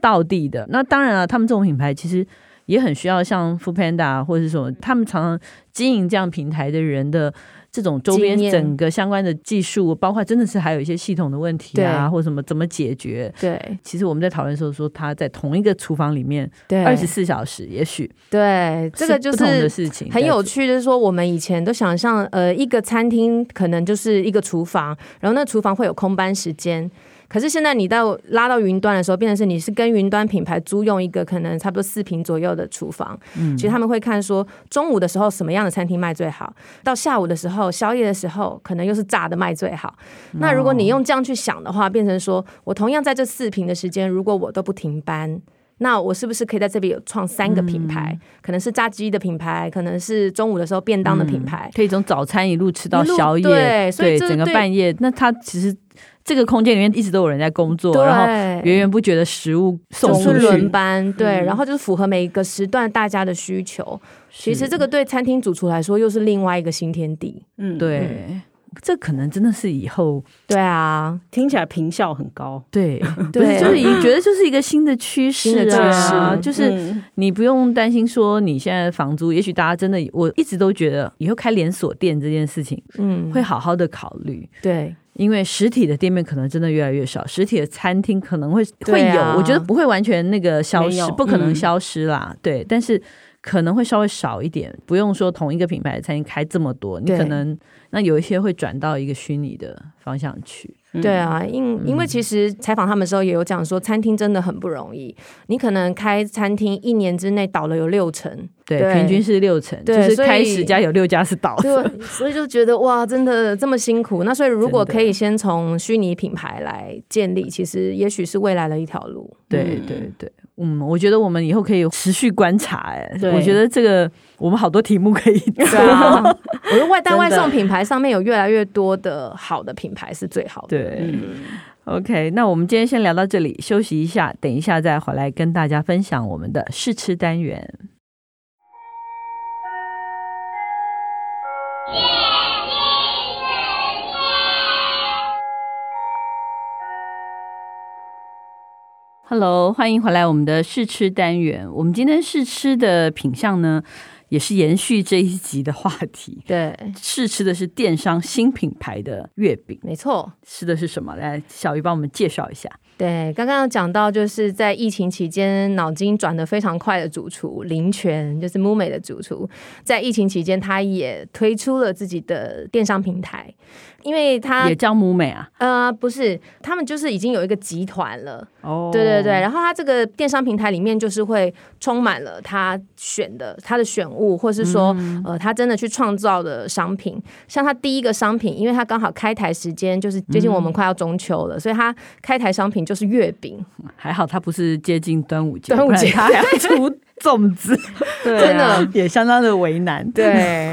[SPEAKER 1] 道地的。那当然了，他们这种品牌其实。也很需要像 f o o Panda 或者是什么，他们常常经营这样平台的人的这种周边
[SPEAKER 3] 经验
[SPEAKER 1] 整个相关的技术，包括真的是还有一些系统的问题啊，
[SPEAKER 3] 对
[SPEAKER 1] 或什么怎么解决，
[SPEAKER 3] 对
[SPEAKER 1] 其实我们在讨论的时候说，他在同一个厨房里面
[SPEAKER 3] 对
[SPEAKER 1] 二十四小时，也许
[SPEAKER 3] 对，这个就
[SPEAKER 1] 不同的
[SPEAKER 3] 是
[SPEAKER 1] 事情，
[SPEAKER 3] 很有。趣，就是说我们以前都想象，呃，一个餐厅可能就是一个厨房，然后那厨房会有空班时间。可是现在你到拉到云端的时候，变成是你是跟云端品牌租用一个可能差不多四平左右的厨房，嗯，其实他们会看说中午的时候什么样的餐厅卖最好，到下午的时候宵夜的时候可能又是炸的卖最好。那如果
[SPEAKER 1] 哦
[SPEAKER 3] 你用这样去想的话，变成说我同样在这四平的时间，如果我都不停班，那我是不是可以在这边有创三个品牌？
[SPEAKER 1] 嗯
[SPEAKER 3] 可能是炸鸡的品牌，可能是中午的时候便当的品牌。
[SPEAKER 1] 嗯可以从早餐一路吃到宵夜，
[SPEAKER 3] 一路对所以这个
[SPEAKER 1] 整个
[SPEAKER 3] 对
[SPEAKER 1] 半夜。那他其实这个空间里面一直都有人在工作，然后源
[SPEAKER 3] 对，
[SPEAKER 1] 源不绝的食物送
[SPEAKER 3] 就
[SPEAKER 1] 出
[SPEAKER 3] 是
[SPEAKER 1] 去。嗯
[SPEAKER 3] 轮班，对，然后就是符合每一个时段大家的需求。其实这个对餐厅主厨来说又是另外一个新天地。
[SPEAKER 2] 嗯，，
[SPEAKER 1] 对，这可能真的是以后
[SPEAKER 3] 对啊，
[SPEAKER 2] 听起来评效很高，
[SPEAKER 1] 对，不
[SPEAKER 3] 对
[SPEAKER 1] 是就是你觉得就是一个新的趋势
[SPEAKER 3] 新的
[SPEAKER 1] 啊，
[SPEAKER 3] 趋势
[SPEAKER 1] 就是
[SPEAKER 2] 嗯
[SPEAKER 1] 你不用担心说你现在房租，也许大家真的，我一直都觉得以后开连锁店这件事情
[SPEAKER 3] 嗯，
[SPEAKER 1] 会好好的考虑，
[SPEAKER 3] 对
[SPEAKER 1] 因为实体的店面可能真的越来越少，实体的餐厅可能会会
[SPEAKER 3] 对
[SPEAKER 1] 有，
[SPEAKER 3] 啊
[SPEAKER 1] 我觉得不会完全那个消
[SPEAKER 2] 没
[SPEAKER 1] 失
[SPEAKER 2] 有，
[SPEAKER 1] 不可能
[SPEAKER 2] 嗯
[SPEAKER 1] 消失啦，对，但是可能会稍微少一点，不用说同一个品牌的餐厅开这么多，你
[SPEAKER 3] 对
[SPEAKER 1] 可能那有一些会转到一个虚拟的方向去，
[SPEAKER 2] 嗯
[SPEAKER 3] 对啊，因因为其实采访他们的时候也有讲说，餐厅真的很不容易。你可能开餐厅一年之内倒了有六成，
[SPEAKER 1] 对，
[SPEAKER 3] 对
[SPEAKER 1] 平均是六成，就
[SPEAKER 3] 对
[SPEAKER 1] 是
[SPEAKER 3] 所以
[SPEAKER 1] 开十家有六家是倒的，
[SPEAKER 2] (laughs)
[SPEAKER 3] 对，所以就觉得哇，真的这么辛苦。那所以如果
[SPEAKER 1] 真的
[SPEAKER 3] 可以先从虚拟品牌来建立，其实也许是未来的一条路。
[SPEAKER 2] (laughs)
[SPEAKER 1] 对对对，嗯，我觉得我们以后可以持续观察、哎，
[SPEAKER 2] 对
[SPEAKER 1] 我觉得这个我们好多题目可以做。
[SPEAKER 3] 对
[SPEAKER 2] (laughs)
[SPEAKER 3] 啊，我觉得外
[SPEAKER 2] 真
[SPEAKER 3] 但
[SPEAKER 2] 的
[SPEAKER 3] 外送品牌上面有越来越多的好的品牌是最好的。
[SPEAKER 1] 对
[SPEAKER 2] 嗯
[SPEAKER 1] OK，那我们今天先聊到这里，休息一下，等一下再回来跟大家分享我们的试吃单元。Hello，欢迎回来我们的试吃单元。我们今天试吃的品相呢，也是延续这一集的话题。
[SPEAKER 3] 对，
[SPEAKER 1] 试吃的是电商新品牌的月饼，
[SPEAKER 3] 没错。
[SPEAKER 1] 吃的是什么？来，小鱼帮我们介绍一下。
[SPEAKER 3] 对，刚刚有讲到，就是在疫情期间脑筋转得非常快的主厨林泉，就是 m u m 的主厨，在疫情期间他也推出了自己的电商平台，因为他
[SPEAKER 1] 也叫母美啊，
[SPEAKER 3] 呃不是，他们就是已经有一个集团了，
[SPEAKER 1] 哦
[SPEAKER 3] 对对对，，然后他这个电商平台里面就是会充满了他选的他的选物，或是说、
[SPEAKER 1] 嗯
[SPEAKER 3] 呃他真的去创造的商品。像他第一个商品，因为他刚好开台时间就是接
[SPEAKER 1] 嗯
[SPEAKER 3] 近我们快要中秋了，所以他开台商品就是月饼，
[SPEAKER 1] 还好它不是接近端午节，
[SPEAKER 3] 端午
[SPEAKER 1] 不
[SPEAKER 3] 节
[SPEAKER 1] 然它还要出粽
[SPEAKER 3] (laughs)
[SPEAKER 1] 子，对
[SPEAKER 3] 真
[SPEAKER 1] 啊
[SPEAKER 3] 的
[SPEAKER 1] 也相当的为 (laughs) 难。
[SPEAKER 3] 对，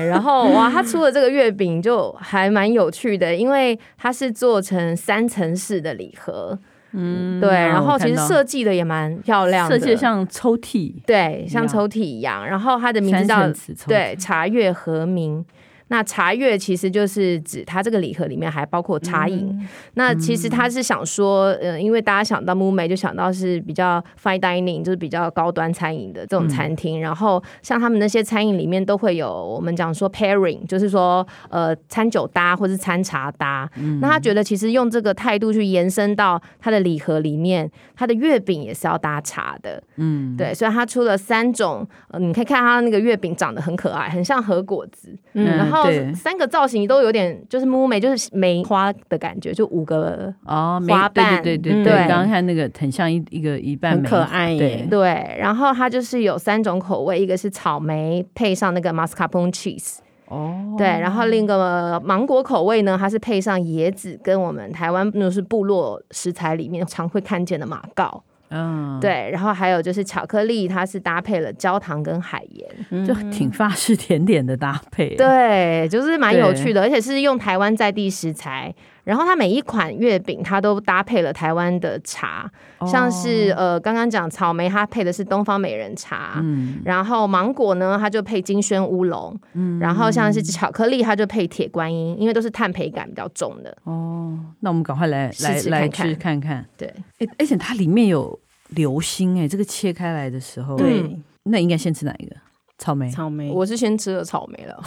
[SPEAKER 3] 然后哇，他出的这个月饼就还蛮有趣的，因为它是做成三层式的礼盒，
[SPEAKER 1] 嗯
[SPEAKER 3] 对，然后其实设
[SPEAKER 1] 设
[SPEAKER 3] 计的也蛮漂亮的，
[SPEAKER 1] 设计得像抽屉，
[SPEAKER 3] 对，
[SPEAKER 1] 一
[SPEAKER 3] 像
[SPEAKER 1] 样
[SPEAKER 3] 抽屉一样，然后它的名字
[SPEAKER 1] 三
[SPEAKER 3] 叫
[SPEAKER 1] 层纸抽屉，
[SPEAKER 3] 对茶月和名。那茶月其实就是指它这个礼盒里面还包括茶饮。那其实他是想说，呃，因为大家想到木美就想到是比较 fine dining，就是比较高端餐饮的这种餐厅。然后像他们那些餐饮里面都会有我们讲说 pairing，就是说呃餐酒搭或是餐茶搭。那他觉得其实用这个态度去延伸到他的礼盒里面，他的月饼也是要搭茶的。
[SPEAKER 1] 嗯，
[SPEAKER 3] 对，所以它出了三种，呃，你可以看它那个月饼长得很可爱，很像核果子，
[SPEAKER 1] 嗯
[SPEAKER 3] 然后
[SPEAKER 1] 对
[SPEAKER 3] 三个造型都有点就是木梅，就是梅花的感觉，就五个。
[SPEAKER 1] 哦，梅
[SPEAKER 3] 花瓣
[SPEAKER 1] 对对对
[SPEAKER 3] 嗯
[SPEAKER 1] 对，
[SPEAKER 3] 对
[SPEAKER 1] 刚刚看那个很像一一个一半
[SPEAKER 2] 很
[SPEAKER 1] 梅
[SPEAKER 2] 可爱
[SPEAKER 1] 对
[SPEAKER 2] 耶，
[SPEAKER 3] 对，然后它就是有三种口味，一个是草莓配上那个 mascarpone cheese，
[SPEAKER 1] 哦，
[SPEAKER 3] 对，然后另一个芒果口味呢，它是配上椰子跟我们台湾就是部落食材里面常会看见的马告，
[SPEAKER 1] 嗯，，
[SPEAKER 3] 对，然后还有就是巧克力，它是搭配了焦糖跟海盐，
[SPEAKER 1] 就挺法式甜点的搭配，，啊
[SPEAKER 3] 嗯对，就是蛮有
[SPEAKER 1] 对
[SPEAKER 3] 趣的，而且是用台湾在地食材。然后它每一款月饼，它都搭配了台湾的茶，像是呃刚刚讲草莓，它配的是东方美人茶。
[SPEAKER 1] 嗯，
[SPEAKER 3] 然后芒果呢，它就配金萱乌龙，然后像是巧克力，它就配铁观音，因为都是碳培感比较重的。
[SPEAKER 1] 哦，那我们赶快来来
[SPEAKER 3] 试试
[SPEAKER 1] 来
[SPEAKER 3] 看看
[SPEAKER 1] 吃看看，
[SPEAKER 3] 对，
[SPEAKER 1] 哎，而且它里面有流心哎，这个切开来的时候，
[SPEAKER 2] 对，
[SPEAKER 1] 那应该先吃哪一个？草莓，
[SPEAKER 2] 草莓，
[SPEAKER 3] 我是先吃了草 (laughs) 莓了，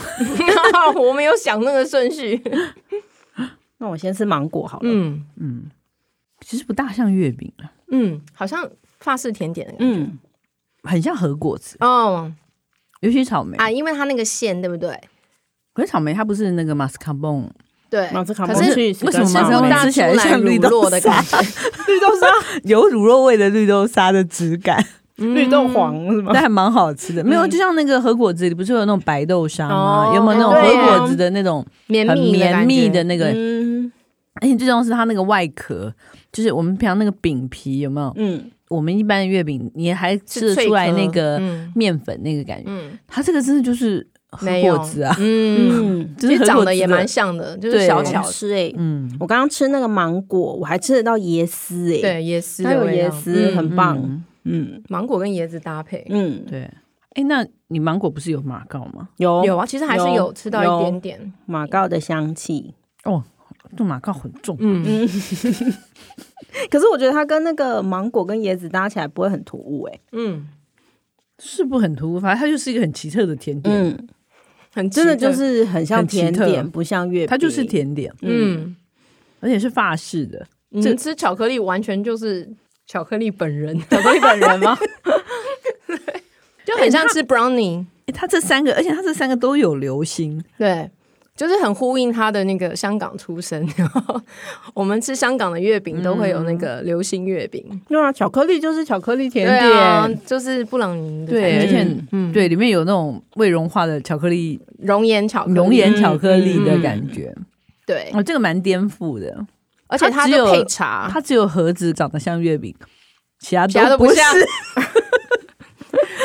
[SPEAKER 3] 我没有想那个顺序。
[SPEAKER 2] 那我先吃芒果好了。
[SPEAKER 3] (laughs) 嗯
[SPEAKER 1] 嗯，其实不大像月饼啊了，
[SPEAKER 3] 嗯，好像法式甜点的感觉。
[SPEAKER 2] 嗯，
[SPEAKER 1] 很像核果子，
[SPEAKER 3] 哦
[SPEAKER 1] 尤其是草莓。
[SPEAKER 3] 啊，因为它那个馅对不对？
[SPEAKER 1] 可是草莓它不是那个 mascarpone，
[SPEAKER 3] 对，
[SPEAKER 2] 马斯卡
[SPEAKER 3] 可
[SPEAKER 2] 蒙
[SPEAKER 3] 是
[SPEAKER 2] 去
[SPEAKER 1] 为什么
[SPEAKER 3] 吃
[SPEAKER 1] 马斯卡
[SPEAKER 3] 不
[SPEAKER 1] 蒙
[SPEAKER 3] 大
[SPEAKER 1] 吃起来
[SPEAKER 3] 出来
[SPEAKER 1] 像绿
[SPEAKER 3] 乳
[SPEAKER 1] 豆
[SPEAKER 3] 酪的感觉，
[SPEAKER 1] (laughs) 绿豆沙有乳酪味的绿豆沙的质
[SPEAKER 3] (laughs)
[SPEAKER 1] 感，
[SPEAKER 2] 绿豆黄是吗
[SPEAKER 1] 但？还蛮好吃的。没有，
[SPEAKER 3] 嗯
[SPEAKER 1] 就像那个核果子里不是有那种白豆沙吗？
[SPEAKER 2] 哦
[SPEAKER 1] 有没有那种
[SPEAKER 3] 对啊耶
[SPEAKER 1] 核果子的那种
[SPEAKER 3] (laughs) 绵
[SPEAKER 1] 很
[SPEAKER 3] 密
[SPEAKER 1] 绵密的
[SPEAKER 3] 感觉
[SPEAKER 1] 那个？
[SPEAKER 3] 嗯，
[SPEAKER 1] 而且最重要是它那个外壳，就是我们平常那个饼皮有没有？
[SPEAKER 2] 嗯，
[SPEAKER 1] 我们一般的月饼你还吃
[SPEAKER 3] 是
[SPEAKER 1] 得
[SPEAKER 3] 脆
[SPEAKER 1] 出来
[SPEAKER 3] 壳
[SPEAKER 1] 那个
[SPEAKER 3] 嗯
[SPEAKER 1] 面粉那个感觉，
[SPEAKER 3] 嗯，
[SPEAKER 1] 它这个真的就是核
[SPEAKER 3] 没有
[SPEAKER 1] 果子啊， (laughs)
[SPEAKER 2] (laughs)
[SPEAKER 3] 嗯，
[SPEAKER 2] 嗯，
[SPEAKER 1] 就是
[SPEAKER 3] 其实
[SPEAKER 1] 核
[SPEAKER 3] 长
[SPEAKER 1] 果
[SPEAKER 3] 得
[SPEAKER 1] 子
[SPEAKER 3] 也
[SPEAKER 1] 的
[SPEAKER 3] 蛮像的，就是
[SPEAKER 1] 对
[SPEAKER 3] 小
[SPEAKER 2] 好
[SPEAKER 3] 巧，
[SPEAKER 2] 吃哎，
[SPEAKER 1] 嗯。
[SPEAKER 2] 我刚刚吃那个芒果，我还吃得到椰丝哎，，
[SPEAKER 3] 对，椰丝
[SPEAKER 2] 它
[SPEAKER 3] 的
[SPEAKER 2] 有
[SPEAKER 3] 味
[SPEAKER 2] 椰
[SPEAKER 3] 道，
[SPEAKER 2] 丝，
[SPEAKER 3] 嗯
[SPEAKER 2] 很棒，
[SPEAKER 1] 嗯
[SPEAKER 2] 嗯
[SPEAKER 3] 芒果跟椰子搭配，
[SPEAKER 2] 嗯，
[SPEAKER 1] 对，哎，那你芒果不是有马告吗？
[SPEAKER 2] 有
[SPEAKER 3] 有啊，其实还是
[SPEAKER 2] 嗯有
[SPEAKER 3] 有吃到
[SPEAKER 2] 有
[SPEAKER 3] 一点点，
[SPEAKER 2] 马告的香气，
[SPEAKER 1] 这马告很重，
[SPEAKER 3] 嗯，
[SPEAKER 2] 可是我觉得它跟那个芒果跟椰子搭起来不会很突兀哎，
[SPEAKER 3] 嗯，
[SPEAKER 1] 是不很突兀，反正它就是一个很奇特的甜点，
[SPEAKER 2] 嗯，
[SPEAKER 3] 很
[SPEAKER 2] 真的
[SPEAKER 3] 奇特
[SPEAKER 2] 就，是很像
[SPEAKER 1] 很奇
[SPEAKER 2] 甜
[SPEAKER 1] 特
[SPEAKER 2] 点，不像月饼，
[SPEAKER 1] 它就是甜点，
[SPEAKER 3] 嗯，
[SPEAKER 1] 而且是法式
[SPEAKER 3] (laughs)
[SPEAKER 1] 的，
[SPEAKER 3] 你
[SPEAKER 1] 这
[SPEAKER 3] 们吃巧克力完全就是巧克力本人，
[SPEAKER 2] 巧克力本人
[SPEAKER 1] (laughs)
[SPEAKER 2] 吗？
[SPEAKER 3] 就很像吃 brownie，
[SPEAKER 1] 哎，它这三个，而且它这三个都有流心，
[SPEAKER 3] 对。就是很呼应他的那个香港出身， (laughs) 然后我们吃香港的月
[SPEAKER 1] 嗯
[SPEAKER 3] 饼都会有那个流心月饼，
[SPEAKER 2] 对啊，巧克力就是巧克力甜
[SPEAKER 3] 对
[SPEAKER 2] 点，
[SPEAKER 3] 啊，就是布朗尼的
[SPEAKER 1] 对，
[SPEAKER 3] 感
[SPEAKER 1] 而
[SPEAKER 3] 觉，
[SPEAKER 1] 且
[SPEAKER 3] 嗯，
[SPEAKER 1] 对，里面有那种未融化的巧克力、
[SPEAKER 3] 熔岩巧克力，
[SPEAKER 1] 熔岩巧克力的
[SPEAKER 3] 嗯
[SPEAKER 1] 感觉，
[SPEAKER 3] 对，
[SPEAKER 1] 哦，这个蛮颠覆的，
[SPEAKER 3] 而且它
[SPEAKER 1] 只有
[SPEAKER 3] 的配茶，
[SPEAKER 1] 它只有盒子长得像月饼，其他
[SPEAKER 3] 啊其他都
[SPEAKER 1] 不
[SPEAKER 3] 不
[SPEAKER 1] 是，
[SPEAKER 3] 像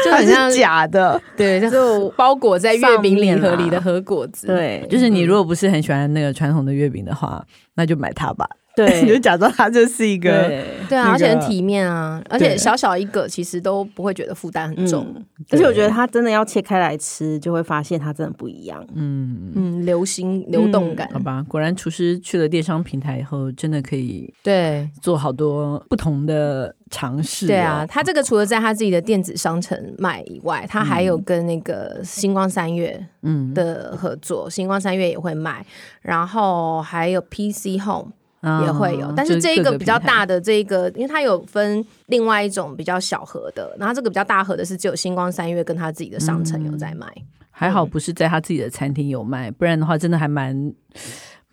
[SPEAKER 3] 就
[SPEAKER 1] 它
[SPEAKER 3] 很像
[SPEAKER 1] 是假的，
[SPEAKER 3] 对，就包裹在月饼礼盒里的核果子，
[SPEAKER 1] 啊
[SPEAKER 2] 对，
[SPEAKER 3] 嗯
[SPEAKER 1] (laughs) 就是你如果不是很喜欢那个传统的月饼的话，那就买它吧。
[SPEAKER 2] 对，
[SPEAKER 4] 你
[SPEAKER 2] (laughs)
[SPEAKER 4] 就假装它就是一个
[SPEAKER 1] 对，
[SPEAKER 3] 对啊，
[SPEAKER 4] 那
[SPEAKER 3] 而且很
[SPEAKER 4] 个
[SPEAKER 3] 体面啊，而且
[SPEAKER 4] 对
[SPEAKER 3] 小小一个其实都不会觉得负担很重。
[SPEAKER 2] 嗯，而且我觉得它真的要切开来吃，就会发现它真的不一样。
[SPEAKER 1] 嗯，
[SPEAKER 3] 嗯，流行流动感，
[SPEAKER 1] 好吧，果然厨师去了电商平台以后，真的可以
[SPEAKER 3] 对
[SPEAKER 1] 做好多不同的尝试、
[SPEAKER 3] 对啊，，他这个除了在他自己的电子商城卖以外，他还有跟那个星光三月
[SPEAKER 1] 嗯，
[SPEAKER 3] 的合作，星光三月也会卖，然后还有 PC Home
[SPEAKER 1] 啊
[SPEAKER 3] 也会有，但是这一个比较大，的这一个，因为它有分另外一种比较小盒的，然后这个比较大盒的是只有星光三月跟他自己的商城有在卖，
[SPEAKER 1] 就是各个平台还好不是在他自己的餐厅有卖，不然的话真的还蛮。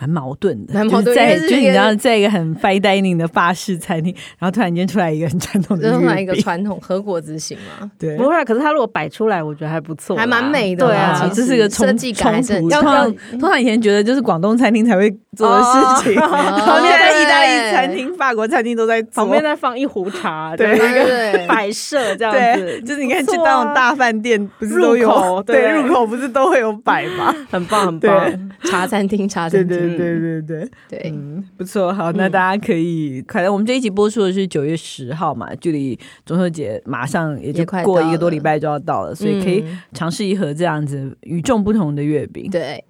[SPEAKER 1] 蛮矛盾的，
[SPEAKER 3] 蛮矛
[SPEAKER 1] 就是
[SPEAKER 3] 盾
[SPEAKER 1] 在
[SPEAKER 3] 因为是
[SPEAKER 1] 就是你
[SPEAKER 3] 一个
[SPEAKER 1] 知道，在一个很 fine dining 的法式餐厅，然后突然间出来一个很传统的
[SPEAKER 3] 这是
[SPEAKER 1] 哦日
[SPEAKER 3] 买一个
[SPEAKER 1] 饼
[SPEAKER 3] 传统和果子型
[SPEAKER 1] (laughs)
[SPEAKER 3] 嘛，
[SPEAKER 1] 对
[SPEAKER 2] 不，会啊，可是它如果摆出来，我觉得还不错啦，
[SPEAKER 3] 还蛮美的
[SPEAKER 2] 对
[SPEAKER 3] 啦
[SPEAKER 2] 啊，
[SPEAKER 3] 其
[SPEAKER 1] 这
[SPEAKER 3] 实
[SPEAKER 1] 是一个冲
[SPEAKER 3] 设计感还是
[SPEAKER 1] 冲突
[SPEAKER 3] 要哦
[SPEAKER 1] 通常通常以前觉得就是广东餐厅才会做的事 (laughs) 情，然后现在意大利餐厅、法国餐厅都在做
[SPEAKER 2] 旁。边再放一壶茶，
[SPEAKER 4] 对
[SPEAKER 2] 就是一
[SPEAKER 3] 哦对
[SPEAKER 2] 个摆设这样
[SPEAKER 4] 对，
[SPEAKER 2] 子，
[SPEAKER 4] 就是你看去
[SPEAKER 2] 不错
[SPEAKER 4] 那
[SPEAKER 2] 啊
[SPEAKER 4] 种大饭店，不是都
[SPEAKER 2] 入口
[SPEAKER 3] 啊
[SPEAKER 4] 有
[SPEAKER 2] 对
[SPEAKER 4] 入口不是都会有摆
[SPEAKER 3] (laughs)
[SPEAKER 4] 吗？
[SPEAKER 2] 很棒很
[SPEAKER 4] 对
[SPEAKER 2] 棒。
[SPEAKER 3] 茶餐厅，茶
[SPEAKER 4] 对
[SPEAKER 3] 餐厅，
[SPEAKER 4] 对对对对，
[SPEAKER 3] 对，
[SPEAKER 4] 嗯，不错，好，那大家可以快乐。我们这一集播出的是九月十号嘛，距离中秋节马上也就
[SPEAKER 3] 也快
[SPEAKER 1] 过
[SPEAKER 3] 到
[SPEAKER 1] 一个多
[SPEAKER 3] 了
[SPEAKER 1] 礼拜就要到了，所以可以
[SPEAKER 3] 嗯
[SPEAKER 1] 尝试一盒这样子与众不同的月饼。
[SPEAKER 3] 对，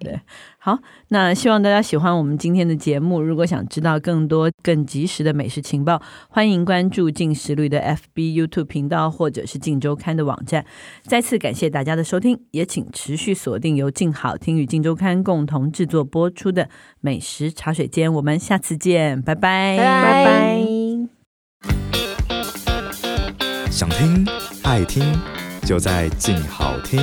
[SPEAKER 1] 那希望大家喜欢我们今天的节目。如果想知道更多更及时的美食情报，欢迎关注“进食率”的 FB、YouTube 频道，或者是《静周刊》的网站。再次感谢大家的收听，也请持续锁定由“静好听”与《静周刊》共同制作播出的《美食茶水间》。我们下次见，拜拜。
[SPEAKER 2] 拜拜。
[SPEAKER 5] 想听爱听，就在静好听。